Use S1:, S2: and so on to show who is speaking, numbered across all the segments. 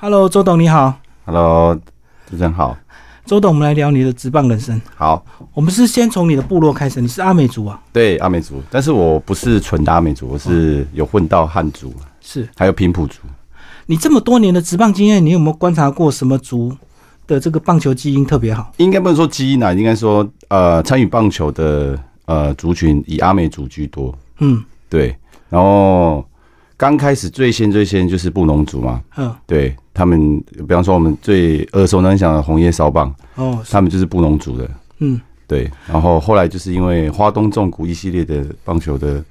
S1: Hello，周董你好，
S2: Hello，主持人好，
S1: 周董，我们来聊你的职棒人生。
S2: 好，
S1: 我们是先从你的部落开始，你是阿美族啊？
S2: 对阿美族，但是我不是纯的阿美族，我是有混到汉族，
S1: 是
S2: 还有平埔族。
S1: 你这么多年的职棒经验，你有没有观察过什么族的这个棒球基因特别好？
S2: 应该不能说基因啊，应该说呃，参与棒球的呃族群以阿美族居多。
S1: 嗯
S2: 对，然后刚开始最先最先就是布农族嘛，
S1: 嗯
S2: 对他们，比方说我们最耳熟能详的红叶烧棒，
S1: 哦是
S2: 他们就是布农族的。
S1: 嗯
S2: 对，然后后来就是因为花东纵谷一系列的棒球的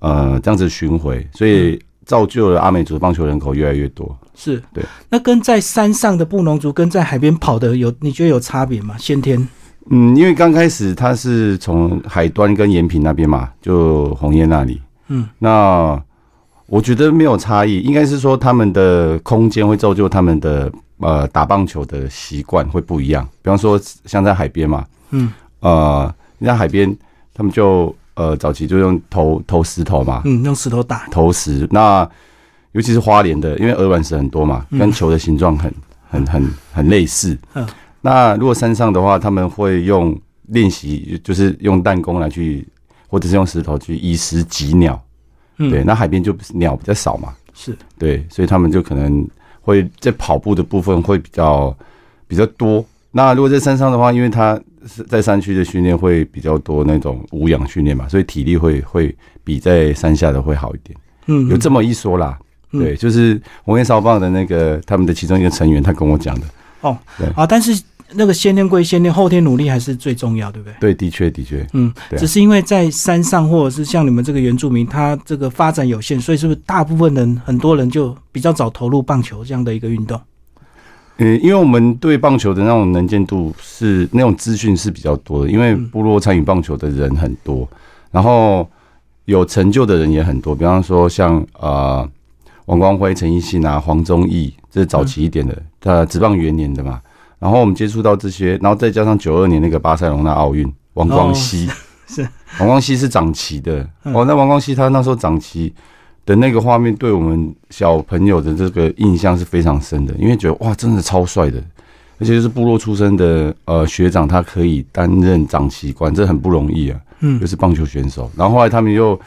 S2: 呃这样子巡回，所以造就了阿美族的棒球人口越来越多。
S1: 是
S2: 对。
S1: 那跟在山上的布农族跟在海边跑的有，你觉得有差别吗？先天
S2: 嗯，因为刚开始他是从海端跟延平那边嘛，就红叶那里，
S1: 嗯，
S2: 那我觉得没有差异，应该是说他们的空间会造就他们的呃打棒球的习惯会不一样。比方说像在海边嘛，
S1: 嗯
S2: 呃，你在海边他们就呃早期就用投投石头嘛，
S1: 嗯用石头打
S2: 投石。那尤其是花莲的，因为鹅卵石很多嘛，
S1: 嗯
S2: 跟球的形状很很很很类似。
S1: 嗯
S2: 那如果山上的话，他们会用练习，就是用弹弓来去，或者是用石头去以石击鸟。
S1: 嗯
S2: 对，那海边就鸟比较少嘛，
S1: 是
S2: 对，所以他们就可能会在跑步的部分会比较比较多。那如果在山上的话，因为他是在山区的训练会比较多那种无氧训练嘛，所以体力会会比在山下的会好一点。
S1: 嗯
S2: 有这么一说啦。
S1: 嗯
S2: 对，就是红叶烧棒的那个他们的其中一个成员，他跟我讲的。
S1: 啊，但是那个先天归先天，后天努力还是最重要，对不对？
S2: 对，的确，的确，
S1: 嗯，
S2: 对啊
S1: 只是因为在山上或者是像你们这个原住民，他这个发展有限，所以是不是大部分人很多人就比较早投入棒球这样的一个运动？
S2: 嗯，因为我们对棒球的那种能见度是那种资讯是比较多的，因为
S1: 嗯
S2: 部落参与棒球的人很多，然后有成就的人也很多，比方说像呃王光辉、陈奕迅啊、黄宗义，这是早期一点的，他职棒元年的嘛。然后我们接触到这些，然后再加上九二年那个巴塞隆纳奥运，王光熙、
S1: 哦 是
S2: 王光熙是长旗的、
S1: 嗯
S2: 哦，那王光熙他那时候长旗的那个画面，对我们小朋友的这个印象是非常深的，因为觉得哇，真的超帅的，而且就是部落出身的呃学长，他可以担任长旗官，这很不容易啊，
S1: 嗯
S2: 又是棒球选手。然后后来他们又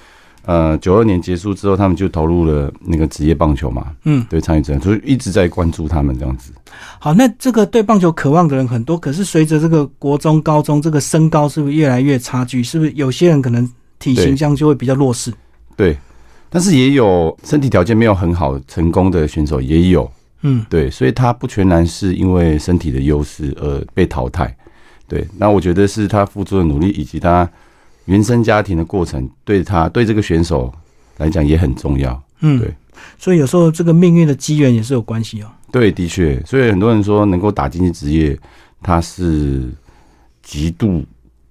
S2: 呃九二年结束之后，他们就投入了那个职业棒球嘛，
S1: 嗯，
S2: 对，参与者就是一直在关注他们这样子。
S1: 好，那这个对棒球渴望的人很多，可是随着这个国中、高中这个身高是不是越来越差距？是不是有些人可能体型
S2: 对
S1: 这样就会比较弱势？
S2: 对，但是也有身体条件没有很好成功的选手也有，
S1: 嗯
S2: 对，所以他不全然是因为身体的优势而被淘汰。对，那我觉得是他付出的努力以及他原生家庭的过程，对他对这个选手来讲也很重要。
S1: 嗯，
S2: 对。
S1: 所以有时候这个命运的机缘也是有关系哦。
S2: 对，的确，所以很多人说能够打进去职业，他是极度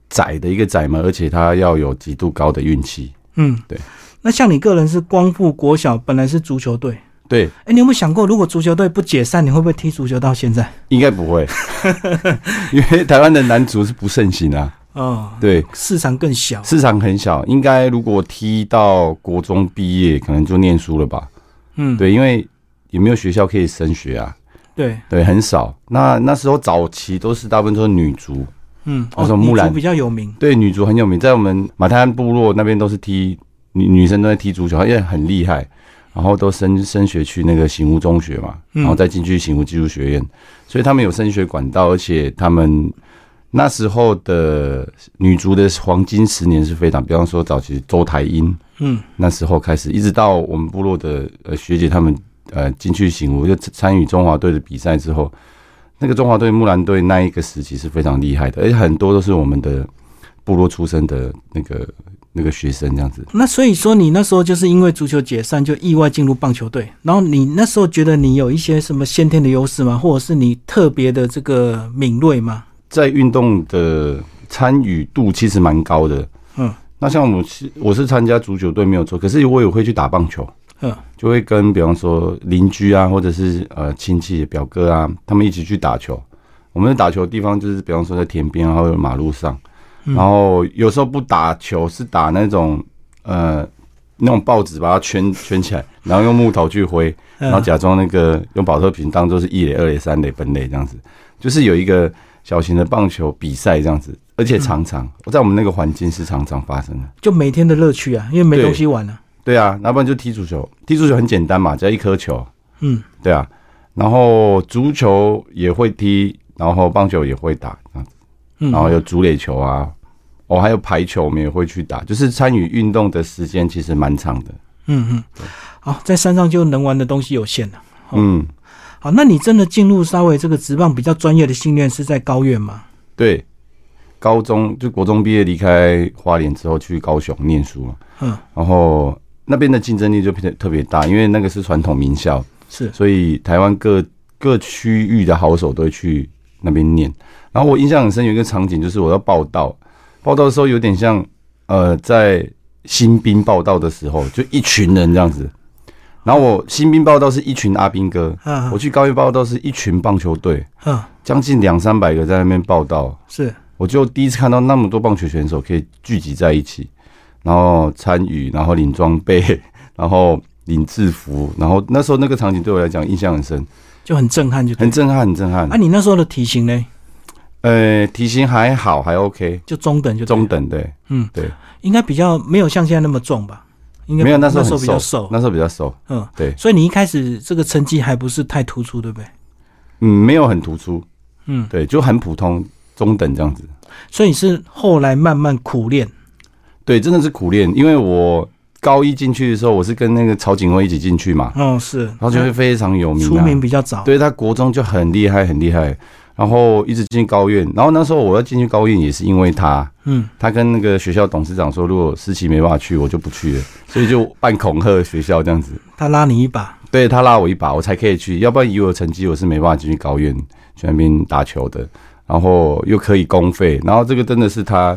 S2: 窄的一个窄门，而且他要有极度高的运气。
S1: 嗯，
S2: 对。
S1: 那像你个人是光复国小，本来是足球队，
S2: 对，
S1: 哎、你有没有想过，如果足球队不解散，你会不会踢足球到现在？
S2: 应该不会，因为台湾的男足是不盛行啊。
S1: 哦，
S2: 对，
S1: 市场更小。
S2: 市场很小，应该如果踢到国中毕业，可能就念书了吧？
S1: 嗯，
S2: 对，因为也没有学校可以升学啊，
S1: 对，
S2: 对，很少。那那时候早期都是大部分都是女足，
S1: 嗯，
S2: 那时候木兰
S1: 女足比较有名。
S2: 对，女足很有名，在我们马太安部落那边都是踢女女生都在踢足球，因为很厉害，然后都升升学去那个醒悟中学嘛，
S1: 嗯
S2: 然后再进去醒悟技术学院，所以他们有升学管道，而且他们那时候的女足的黄金十年是非常，比方说早期周台英。
S1: 嗯
S2: 那时候开始，一直到我们部落的呃学姐他们呃进去醒悟，就参与中华队的比赛之后，那个中华队木兰队那一个时期是非常厉害的，而且很多都是我们的部落出身的那个那个学生这样子。
S1: 那所以说你那时候就是因为足球解散就意外进入棒球队，然后你那时候觉得你有一些什么先天的优势吗？或者是你特别的这个敏锐吗？
S2: 在运动的参与度其实蛮高的。
S1: 嗯，
S2: 那像我是我是参加足球队没有错，可是我也会去打棒球。
S1: 嗯，
S2: 就会跟比方说邻居啊，或者是呃亲戚表哥啊，他们一起去打球。我们打球的地方就是比方说在田边啊或者马路上，
S1: 嗯
S2: 然后有时候不打球是打那种呃那种报纸把它圈圈起来，然后用木头去挥，
S1: 嗯
S2: 然
S1: 呃
S2: 后假装那个用保特瓶当做是一垒、二垒、三垒分类这样子，就是有一个小型的棒球比赛这样子，而且常常在我们那个环境是常常发生的。
S1: 就每天的乐趣啊，因为没东西玩了、
S2: 对啊，要不然就踢足球，踢足球很简单嘛，只要一颗球，
S1: 嗯，
S2: 对啊。然后足球也会踢，然后棒球也会打，这样子
S1: 嗯，
S2: 然后有足垒球啊，哦，还有排球，我们也会去打，就是参与运动的时间其实蛮长的。
S1: 嗯嗯，好，在山上就能玩的东西有限了。
S2: 嗯，
S1: 好，那你真的进入稍微这个职棒比较专业的训练是在高院吗？
S2: 对，高中就国中毕业离开花莲之后去高雄念书嘛，
S1: 嗯，
S2: 然后那边的竞争力就变得特别大，因为那个是传统名校，
S1: 是，
S2: 所以台湾各各区域的好手都会去那边念。然后我印象很深有一个场景，就是我要报道，报道的时候有点像呃在新兵报道的时候，就一群人这样子。然后我新兵报道是一群阿兵哥，
S1: 嗯
S2: 我去高一报道是一群棒球队，
S1: 嗯，
S2: 将近两三百个在那边报道。
S1: 是，
S2: 我就第一次看到那么多棒球选手可以聚集在一起，然后参与，然后领装备， 然后领制服，然后那时候那个场景对我来讲印象很深，
S1: 就很震撼就，对
S2: 很。震撼，很震撼
S1: 啊，。你那时候的体型呢，
S2: 呃，体型还好，还 OK，
S1: 就中等就对
S2: 中，等对，
S1: 嗯，
S2: 对，
S1: 应该比较没有像现在那么重吧？应该
S2: 没有那
S1: 那
S2: 时候很
S1: 比较瘦，
S2: 那时候比较瘦，
S1: 嗯，
S2: 对，
S1: 所以你一开始这个成绩还不是太突出，对不对？
S2: 嗯，没有很突出，
S1: 嗯，
S2: 对，就很普通，中等这样子。
S1: 所以你是后来慢慢苦练，
S2: 对，真的是苦练，因为我高一进去的时候，我是跟那个曹景辉一起进去嘛，
S1: 哦，是，
S2: 然后就会非常有名、啊，
S1: 出名比较早，
S2: 对他国中就很厉害，很厉害，然后一直进高院，然后那时候我要进去高院也是因为他，
S1: 嗯，
S2: 他跟那个学校董事长说，如果思琪没办法去，我就不去了，所以就办恐吓学校这样子，
S1: 他拉你一把，
S2: 对他拉我一把，我才可以去，要不然以我的成绩，我是没办法进去高院去那边打球的，然后又可以公费，然后这个真的是他。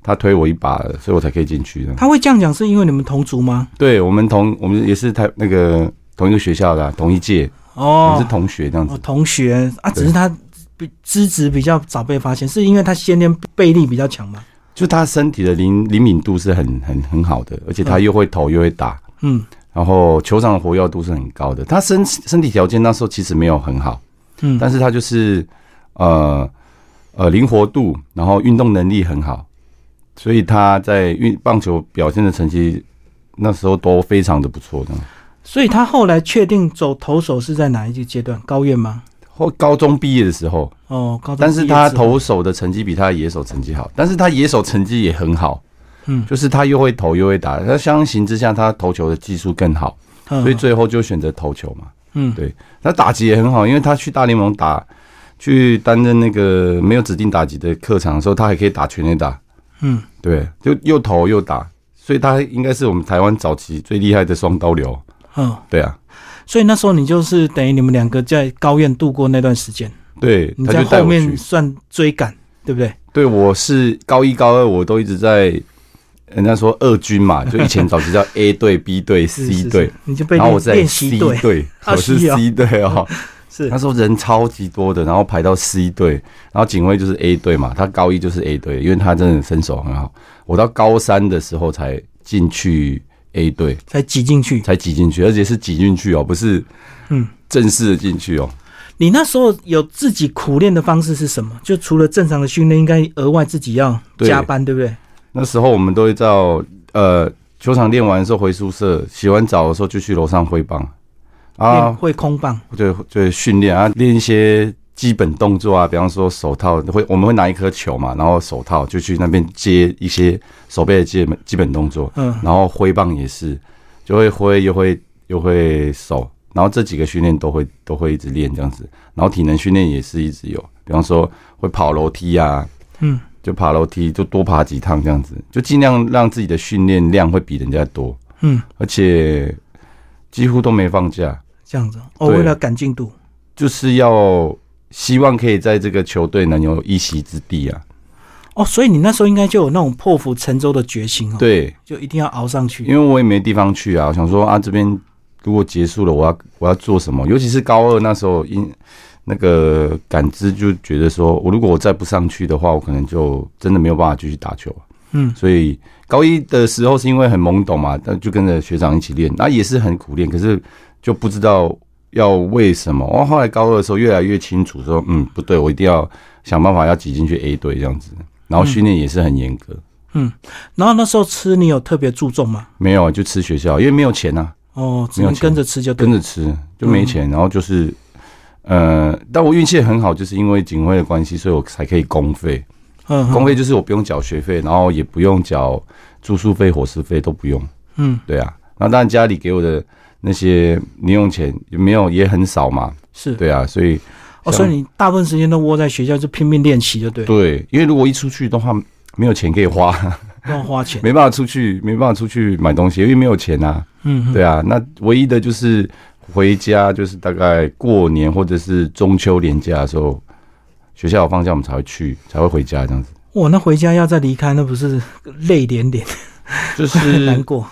S2: 他推我一把的，所以我才可以进去的。
S1: 他会这样讲是因为你们同族吗？
S2: 对我们同我们也是台那个同一个学校的啊、同一届，我
S1: 哦
S2: 们是，同学这样子
S1: 哦，。同学啊，
S2: 对
S1: 只是他比资质比较早被发现，是因为他先天背力比较强嘛？
S2: 就他身体的灵灵敏度是很很很好的，而且他又会投又会打，
S1: 嗯
S2: 然后球场的活跃度是很高的。他身身体条件那时候其实没有很好，
S1: 嗯，
S2: 但是他就是呃呃灵活度，然后运动能力很好，所以他在运棒球表现的成绩那时候都非常的不错的。
S1: 所以他后来确定走投手是在哪一个阶段？高院吗？
S2: 后高中毕业的时候，
S1: 哦，高中毕业
S2: 但是他
S1: 之后，
S2: 投手的成绩比他的野手成绩好，但是他野手成绩也很好，
S1: 嗯
S2: 就是他又会投又会打，那相形之下，他投球的技术更好。所以
S1: 嗯
S2: 最后就选择投球嘛。
S1: 嗯
S2: 对那打击也很好，因为他去大联盟打，去担任那个没有指定打击的客场的时候，他还可以打全垒打，
S1: 嗯，
S2: 对，就又投又打，所以他应该是我们台湾早期最厉害的双刀流。
S1: 嗯，
S2: 对啊，
S1: 所以那时候你就是等于你们两个在高院度过那段时间，
S2: 对，
S1: 你
S2: 他
S1: 在
S2: 就带
S1: 后
S2: 我
S1: 面
S2: 去。
S1: 算追赶，对不对？
S2: 对，我是高一高二我都一直在，人家说二军嘛，就以前 早期叫 A 队、B 队、
S1: 是是
S2: C
S1: 是
S2: 队，
S1: 你就被
S2: 然后我
S1: 练
S2: 在
S1: 练
S2: C
S1: 习队，
S2: 队，
S1: 啊
S2: 我是
S1: C 哦
S2: C 队哦。
S1: 是
S2: 那时候人超级多的，然后排到 C 队，然后警卫就是 A 队嘛，他高一就是 A 队，因为他真的身手很好。我到高三的时候才进去 A 队，
S1: 才挤进去。
S2: 才挤进去，而且是挤进去哦，不是
S1: 嗯，
S2: 正式的进去哦。
S1: 你那时候有自己苦练的方式是什么？就除了正常的训练，应该额外自己要加班，对不对？
S2: 那时候我们都会到呃球场练完的时候回宿舍，洗完澡的时候就去楼上挥棒
S1: 练
S2: 啊，
S1: 会空棒，
S2: 就就训练啊，练一些基本动作啊，比方说手套会，我们会拿一颗球嘛，然后手套就去那边接一些手背的基本基本动作，
S1: 嗯，
S2: 然后挥棒也是，就会挥又会又会手，然后这几个训练都会都会一直练这样子，然后体能训练也是一直有，比方说会跑楼梯啊，
S1: 嗯，
S2: 就爬楼梯就多爬几趟这样子，就尽量让自己的训练量会比人家多，
S1: 嗯，
S2: 而且几乎都没放假。
S1: 这样子。哦，
S2: 对
S1: 为了赶进度，
S2: 就是要希望可以在这个球队能有一席之地啊。
S1: 哦，所以你那时候应该就有那种破釜沉舟的决心哦，，
S2: 对，
S1: 就一定要熬上
S2: 因
S1: 去。
S2: 为我也没地方去啊，我想说啊，这边如果结束了，我要我要做什么？尤其是高二那时候，因那个感知就觉得说，我如果我再不上去的话，我可能就真的没有办法继续打球。啊
S1: 嗯
S2: 所以高一的时候是因为很懵懂嘛，但就跟着学长一起练，那也是很苦练，可是就不知道要为什么。哦，后来高二的时候越来越清楚说，嗯，不对，我一定要想办法要挤进去 A 队这样子。然后训练也是很严格，
S1: 然后那时候吃你有特别注重吗？
S2: 没有啊就吃学校，因为没有钱啊，
S1: 哦，只
S2: 没有
S1: 能
S2: 钱
S1: 跟着吃就对
S2: 跟
S1: 了。
S2: 着吃就
S1: 嗯
S2: 没钱，然后就是。呃，但我运气很好，就是因为警徽的关系，所以我才可以公费。
S1: 嗯
S2: 公
S1: 嗯
S2: 费就是我不用缴学费，然后也不用缴住宿费、伙食费都不用。
S1: 嗯，
S2: 对啊，那当然家里给我的那些零用钱也没有也很少嘛，
S1: 是。
S2: 对啊，所以
S1: 哦，
S2: 像
S1: 所以你大部分时间都窝在学校，就拼命练习，就对了，
S2: 对，因为如果一出去的话，没有钱可以花，
S1: 不要花钱。
S2: 没办法出去，没办法出去买东西，因为没有钱啊，
S1: 嗯，嗯
S2: 对啊，那唯一的就是回家，就是大概过年或者是中秋连假的时候，学校有放假我们才会去，才会回家这样子，
S1: 哇，那回家要再离开，那不是泪连连，
S2: 就
S1: 难
S2: 是
S1: 过。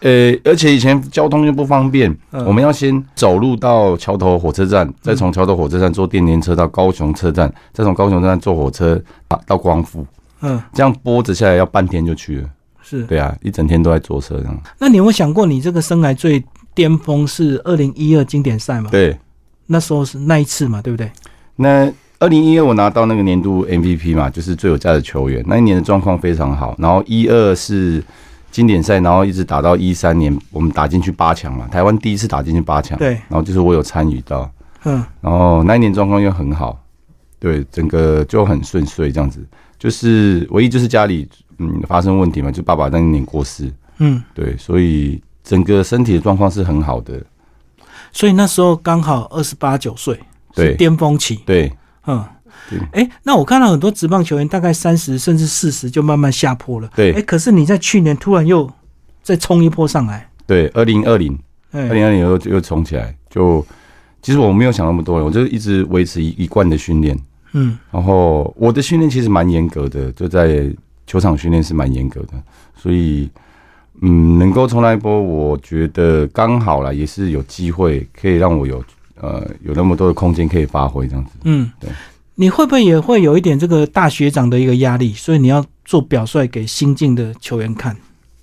S2: 呃，而且以前交通又不方便，
S1: 嗯
S2: 我们要先走路到桥头火车站，再从桥头火车站坐电联车到高雄车站，再从高雄车站坐火车啊到光复，
S1: 嗯，
S2: 这样波折下来要半天就去了。
S1: 是。
S2: 对啊，一整天都在坐车这样。
S1: 那你有没有想过，你这个生涯最巅峰是二零一二经典赛嘛？
S2: 对，
S1: 那时候是那一次嘛，对不对？
S2: 那二零一二我拿到那个年度 MVP 嘛，就是最有价值球员。那一年的状况非常好，然后一二是经典赛，然后一直打到一三年，我们打进去八强嘛，台湾第一次打进去八强。
S1: 对
S2: 然后就是我有参与到，
S1: 嗯
S2: 然后那一年状况又很好，对，整个就很顺遂这样子。就是唯一就是家里嗯发生问题嘛，就爸爸那一年过世，
S1: 嗯，
S2: 对，所以整个身体的状况是很好的，
S1: 所以那时候刚好二十八九岁，是
S2: 对
S1: 巅峰期。
S2: 对，
S1: 嗯
S2: 对，
S1: 哎，那我看到很多职棒球员大概三十甚至四十就慢慢下坡了。
S2: 对
S1: 哎，可是你在去年突然又再冲一波上来。
S2: 对，二零二零
S1: 哎
S2: 二零二零又又冲起来，就其实我没有想那么多，我就一直维持一一贯的训练，
S1: 嗯，
S2: 然后我的训练其实蛮严格的，就在球场训练是蛮严格的，所以嗯，能够冲那一波，我觉得刚好啦，也是有机会可以让我有呃有那么多的空间可以发挥这样子。
S1: 嗯
S2: 对，
S1: 你会不会也会有一点这个大学长的一个压力？所以你要做表率给新进的球员看。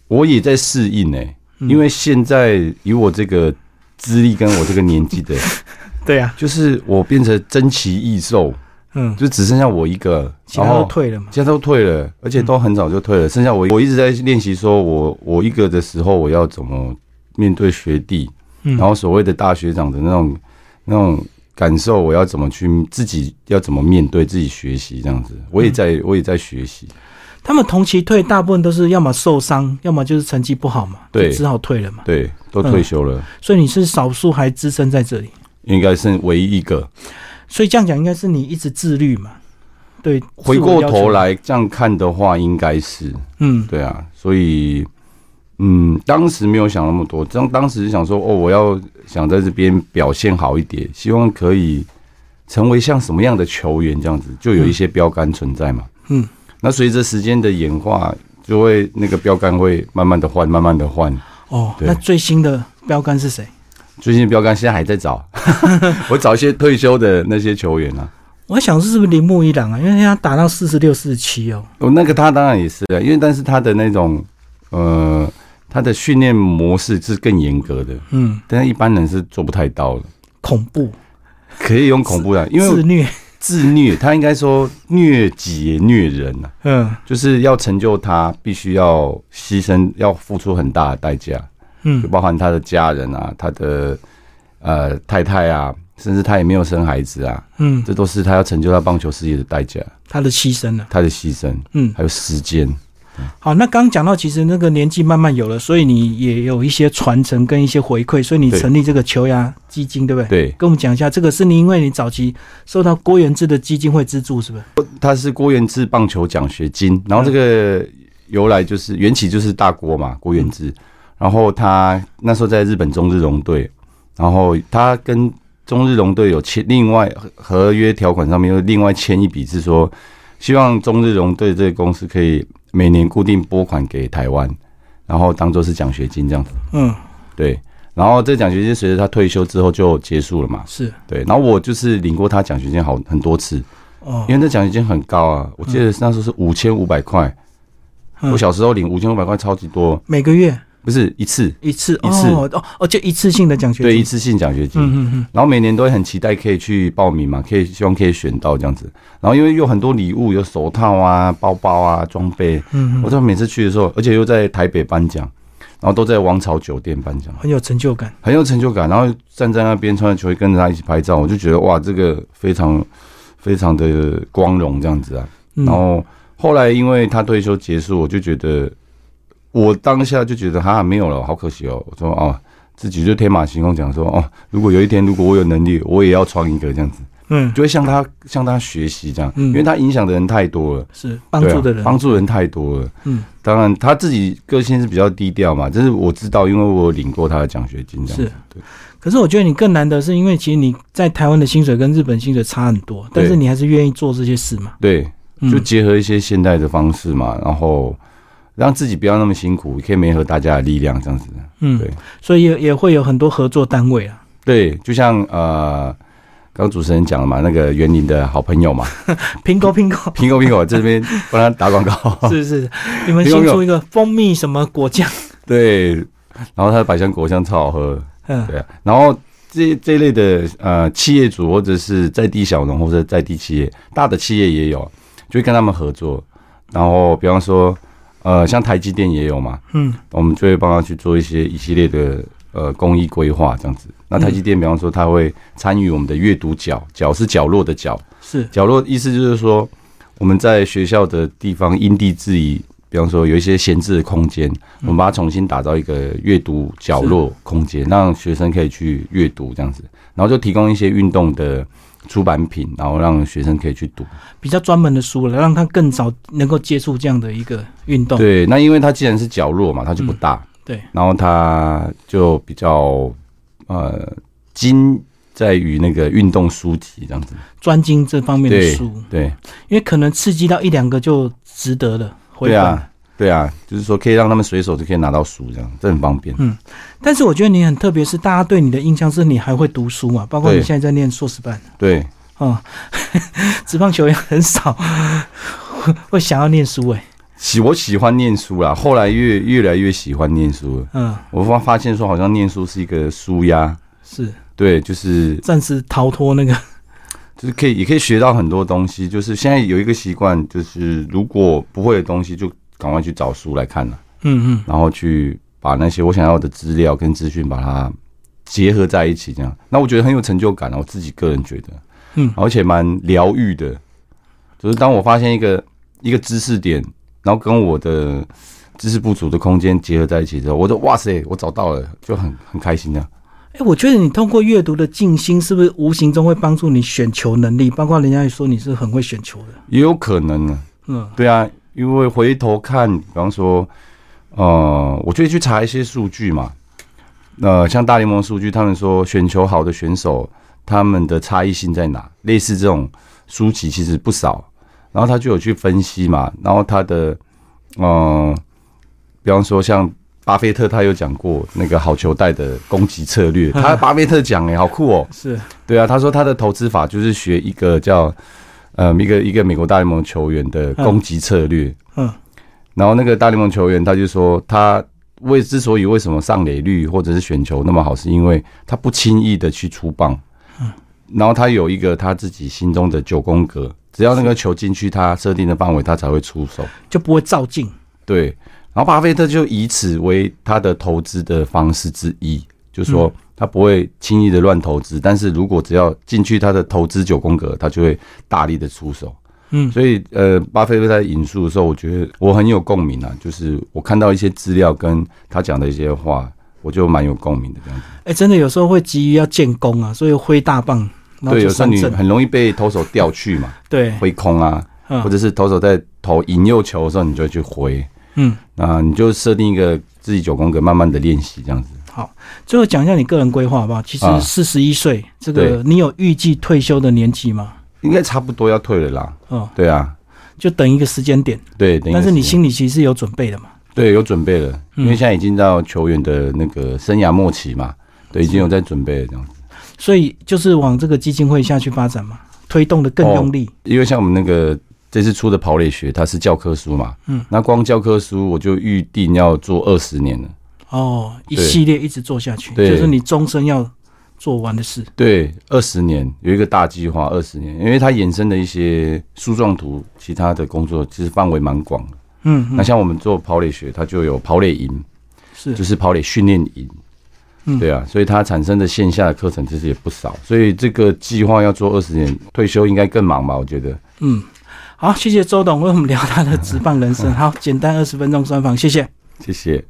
S2: 我也在适应哎、
S1: 嗯
S2: 因为现在以我这个资历跟我这个年纪的，
S1: 对呀、
S2: 就是我变成珍奇异兽，
S1: 嗯，
S2: 啊就只剩下我一个，
S1: 其
S2: 然
S1: 他都
S2: 后
S1: 退了嘛。
S2: 现在都退了，而
S1: 嗯
S2: 且都很早就退了，剩下我我一直在练习，说我我一个的时候我要怎么面对学弟，
S1: 嗯，
S2: 然后所谓的大学长的那种那种感受，我要怎么去自己要怎么面对自己学习这样子，我也在
S1: 嗯
S2: 我也在学习，
S1: 他们同期退，大部分都是要么受伤，要么就是成绩不好嘛，
S2: 对
S1: 就只好退了嘛。
S2: 对，都退休了，
S1: 所以你是少数还支撑在这里，
S2: 应该是唯一一个。
S1: 所以这样讲应该是你一直自律嘛。对，
S2: 回
S1: 自我
S2: 过
S1: 要求
S2: 头，来这样看的话，应该是
S1: 嗯
S2: 对啊，所以。嗯，当时没有想那么多，当当时想说，哦，我要想在这边表现好一点，希望可以成为像什么样的球员这样子，就有一些标杆存在嘛。
S1: 嗯，
S2: 那随着时间的演化，就会那个标杆会慢慢的换，慢慢的换。
S1: 哦，
S2: 对
S1: 那最新的标杆是谁？
S2: 最近标杆现在还在找，我找一些退休的那些球员啊。
S1: 我在想是不是铃木一朗啊？因为他打到四十六、四十七哦。
S2: 哦，那个他当然也是啊，因为但是他的那种呃，他的训练模式是更严格的，
S1: 嗯，
S2: 但是一般人是做不太到的。
S1: 恐怖，
S2: 可以用恐怖来，因
S1: 自
S2: 为
S1: 虐。
S2: 自虐，他应该说虐己也虐人啊，
S1: 嗯
S2: 就是要成就他，必须要牺牲，要付出很大的代价，就
S1: 嗯
S2: 包含他的家人啊，他的呃太太啊，甚至他也没有生孩子啊，
S1: 嗯，
S2: 这都是他要成就他棒球事业的代价，
S1: 他的牺牲了。
S2: 他的牺牲，
S1: 嗯，
S2: 还有时间。
S1: 好，那刚讲到，其实那个年纪慢慢有了，所以你也有一些传承跟一些回馈，所以你
S2: 对
S1: 成立这个球牙基金，对不对？
S2: 对，
S1: 跟我们讲一下，这个是你因为你早期受到郭元志的基金会资助，是不是？
S2: 他是郭元志棒球奖学金，然后这个由来就是缘起就是大郭嘛，郭元志。然后他那时候在日本中日龙队，然后他跟中日龙队有签另外合合约条款上面又另外签一笔，是说希望中日龙队这个公司可以每年固定拨款给台湾，然后当做是奖学金这样子。
S1: 嗯，
S2: 对，然后这奖学金随着他退休之后就结束了嘛。
S1: 是
S2: 对，然后我就是领过他奖学金好很多次，
S1: 哦
S2: 因，为那奖学金很高啊，我记得那时候是五千五百块，
S1: 嗯
S2: 我小时候领五千五百块超级多，
S1: 每个月
S2: 不是一次，
S1: 一次，
S2: 一次
S1: 哦哦哦，就一次性的奖学金，
S2: 对，一次性奖学
S1: 嗯
S2: 金。
S1: 嗯嗯，
S2: 然后每年都会很期待可以去报名嘛，可以希望可以选到这样子。然后因为有很多礼物，有手套啊、包包啊、装备，
S1: 嗯
S2: 我知道每次去的时候，而且又在台北颁奖，然后都在王朝酒店颁奖，
S1: 很有成就感，
S2: 很有成就感。然后站在那边穿着球衣跟着他一起拍照，我就觉得哇，这个非常非常的光荣这样子啊。
S1: 嗯
S2: 然后后来因为他退休结束，我就觉得我当下就觉得哈没有了，好可惜哦。我说哦，自己就天马行空讲说哦，如果有一天如果我有能力，我也要创一个这样子，
S1: 嗯
S2: 就会向他向他学习这样，
S1: 嗯
S2: 因为他影响的人太多了，
S1: 是帮助的
S2: 对啊
S1: 人，
S2: 帮助人太多了。
S1: 嗯
S2: 当然他自己个性是比较低调嘛，这是我知道，因为我有领过他的奖学金这样
S1: 是
S2: 子。对，
S1: 可是我觉得你更难的是，因为其实你在台湾的薪水跟日本薪水差很多，但是你还是愿意做这些事嘛，
S2: 对，
S1: 嗯
S2: 就结合一些现代的方式嘛，然后让自己不要那么辛苦，可以媒合大家的力量这样子。
S1: 嗯
S2: 对，
S1: 所以也也会有很多合作单位啊，
S2: 对，就像呃，刚主持人讲了嘛，那个园林的好朋友嘛，
S1: 苹果苹果。
S2: 苹果苹果这边帮他打广 告，
S1: 是是，你们
S2: 苹果
S1: 新
S2: 苹果
S1: 出一个蜂蜜什么果酱，
S2: 对，然后他的百香果香超好喝，
S1: 嗯，
S2: 对啊，然后这这一类的呃企业主或者是在地小农或者在地企业，大的企业也有，就会跟他们合作，然后比方说呃像台积电也有嘛，
S1: 嗯，
S2: 我们就会帮他去做一些一系列的呃公益规划这样子。那台积电，比方说，他会参与我们的阅读角，角是角落的角，
S1: 是
S2: 角落意思就是说，我们在学校的地方因地制宜，比方说有一些闲置的空间，
S1: 嗯
S2: 我们把它重新打造一个阅读角落空间，让学生可以去阅读这样子，然后就提供一些运动的出版品，然后让学生可以去读。
S1: 比较专门的书了，让他更早能够接触这样的一个运动。
S2: 对，那因为它既然是角落嘛，它就不大，
S1: 对，
S2: 然后它就比较呃精在于那个运动书籍这样子。
S1: 专精这方面的
S2: 对
S1: 书，
S2: 对，
S1: 因为可能刺激到一两个就值得了。回
S2: 对
S1: 本。
S2: 啊，对啊，就是说可以让他们随手就可以拿到书这样，这很方便。
S1: 但是我觉得你很特别，是大家对你的印象是你还会读书嘛，包括你
S2: 对
S1: 现在在念硕士班
S2: 对，
S1: 啊，职、棒球员很少会想要念书哎、
S2: 喜我喜欢念书啦，后来越越来越喜欢念书了。
S1: 嗯，
S2: 我发发现说，好像念书是一个舒压，
S1: 是
S2: 对，就是
S1: 暂时逃脱那个，
S2: 就是可以也可以学到很多东西。就是现在有一个习惯，就是如果不会的东西，就赶快去找书来看了。
S1: 嗯嗯，
S2: 然后去把那些我想要的资料跟资讯把它结合在一起，这样，那我觉得很有成就感啊，我自己个人觉得，
S1: 嗯
S2: 而且蛮疗愈的，就是当我发现一个一个知识点，然后跟我的知识不足的空间结合在一起之后，我说哇塞，我找到了，就很很开心啊。
S1: 哎、我觉得你通过阅读的静心，是不是无形中会帮助你选球能力？包括人家也说你是很会选球的，
S2: 也有可能呢，
S1: 嗯
S2: 对啊，因为回头看，比方说，呃，我就会去查一些数据嘛。呃，像大联盟数据，他们说选球好的选手，他们的差异性在哪？类似这种书籍其实不少。然后他就有去分析嘛，然后他的，呃，比方说像巴菲特，他有讲过那个好球带的攻击策略，他巴菲特讲哎、好酷哦、
S1: 是
S2: 对啊，他说他的投资法就是学一个叫，呃，一个一个美国大联盟球员的攻击策略。
S1: 嗯
S2: 然后那个大联盟球员他就说，他为之所以为什么上垒率或者是选球那么好，是因为他不轻易的去出棒。然后他有一个他自己心中的九宫格，只要那个球进去他设定的范围，他才会出手。
S1: 就不会照镜，
S2: 对，然后巴菲特就以此为他的投资的方式之一，就
S1: 嗯
S2: 说他不会轻易的乱投资，但是如果只要进去他的投资九宫格，他就会大力的出手。
S1: 嗯
S2: 所以呃，巴菲特在引述的时候，我觉得我很有共鸣啊，就是我看到一些资料跟他讲的一些话，我就蛮有共鸣的这样子。
S1: 哎、真的有时候会急于要建功啊，所以挥大棒，然后
S2: 对，
S1: 就
S2: 有时候
S1: 上
S2: 你
S1: 阵，
S2: 很容易被投手调去 嘛，
S1: 对，
S2: 挥空啊，
S1: 嗯
S2: 或者是投手在投引诱球的时候，你就会去挥。
S1: 嗯。
S2: 那你就设定一个自己九宫格，慢慢的练习这样子。
S1: 好，最后讲一下你个人规划好不好？其实
S2: 啊
S1: 四十一岁，这个你有预计退休的年纪吗？
S2: 应该差不多要退了啦。
S1: 哦，
S2: 对啊，
S1: 就等一个时间点，
S2: 对，等一
S1: 但
S2: 个
S1: 是你嗯
S2: 时间
S1: 心里其实是有准备的嘛。
S2: 对有准备了，因为现在已经到球员的那个生涯末期嘛，对，已经有在准备了这样子。哦
S1: 所以就是往这个基金会下去发展嘛，推动的更用力。
S2: 因为像我们那个这次出的跑垒学它是教科书嘛，
S1: 嗯，
S2: 那光教科书我就预定要做二十年了。
S1: 哦，一
S2: 对
S1: 系列一直做下去，
S2: 对
S1: 就是你终身要做完的事。
S2: 对，二十年有一个大计划，二十年，因为它衍生的一些树状图，其他的工作其实范围蛮广的。
S1: 嗯，嗯
S2: 那像我们做跑垒学，它就有跑垒营，
S1: 是
S2: 就是跑垒训练营
S1: 嗯。
S2: 对啊，所以它产生的线下的课程其实也不少，所以这个计划要做二十年，退休应该更忙吧？我觉得。
S1: 嗯，好，谢谢周董为我们聊他的职棒人生。好，简单二十分钟专访，谢谢。
S2: 谢谢。